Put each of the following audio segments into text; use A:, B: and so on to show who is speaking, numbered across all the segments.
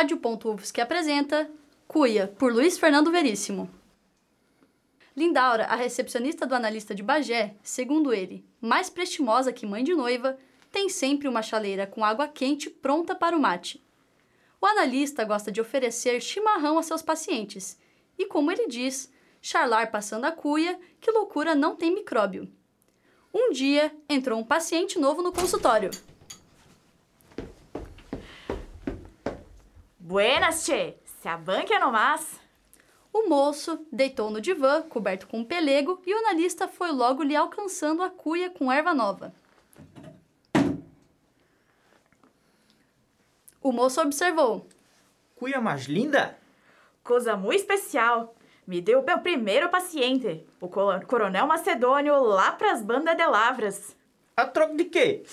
A: Rádio.UFSC que apresenta Cuia, por Luiz Fernando Veríssimo. Lindaura, a recepcionista do analista de Bagé, segundo ele, mais prestimosa que mãe de noiva, tem sempre uma chaleira com água quente pronta para o mate. O analista gosta de oferecer chimarrão a seus pacientes e, como ele diz, charlar passando a cuia que loucura não tem micróbio. Um dia, entrou um paciente novo no consultório.
B: Buenas, che! Se é abanca nomás!
A: O moço deitou no divã, coberto com um pelego, e o analista foi logo lhe alcançando a cuia com erva nova. O moço observou.
C: Cuia mais linda?
B: Coisa muito especial! Me deu meu primeiro paciente, o colo- coronel macedônio lá pras bandas de lavras.
C: A troco de quê?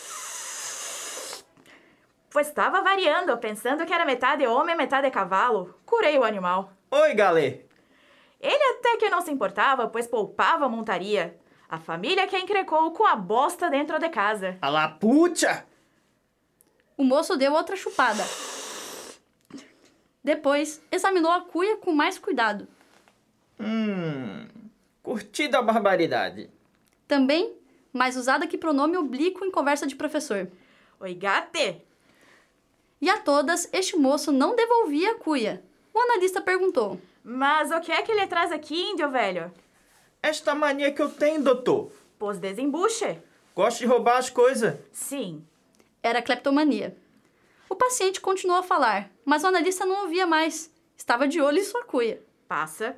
B: Pois estava variando, pensando que era metade homem, metade cavalo. Curei o animal.
C: Oi, galê!
B: Ele até que não se importava, pois poupava a montaria. A família que a encrecou com a bosta dentro de casa.
C: A lapucha!
A: O moço deu outra chupada. Depois, examinou a cuia com mais cuidado.
C: Hum. Curtida a barbaridade.
A: Também, mais usada que pronome oblíquo em conversa de professor.
B: Oi, gate!
A: E a todas, este moço não devolvia a cuia. O analista perguntou.
B: Mas o que é que ele traz aqui, índio velho?
C: Esta mania que eu tenho, doutor.
B: Pôs desembuche.
C: Gosto de roubar as coisas.
B: Sim.
A: Era cleptomania. O paciente continuou a falar, mas o analista não ouvia mais. Estava de olho em sua cuia.
B: Passa.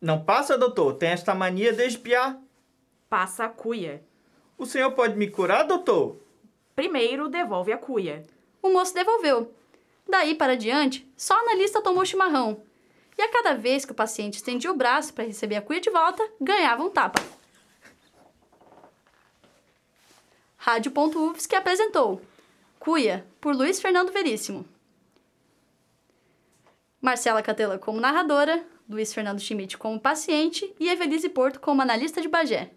C: Não passa, doutor. Tem esta mania de espiar.
B: Passa a cuia.
C: O senhor pode me curar, doutor?
B: Primeiro devolve a cuia.
A: O moço devolveu. Daí para diante, só o analista tomou chimarrão. E a cada vez que o paciente estendia o braço para receber a cuia de volta, ganhava um tapa. Rádio.UFSC que apresentou Cuia, por Luiz Fernando Veríssimo. Marcela Catela como narradora, Luiz Fernando Schmidt como paciente e Evelise Porto como analista de Bagé.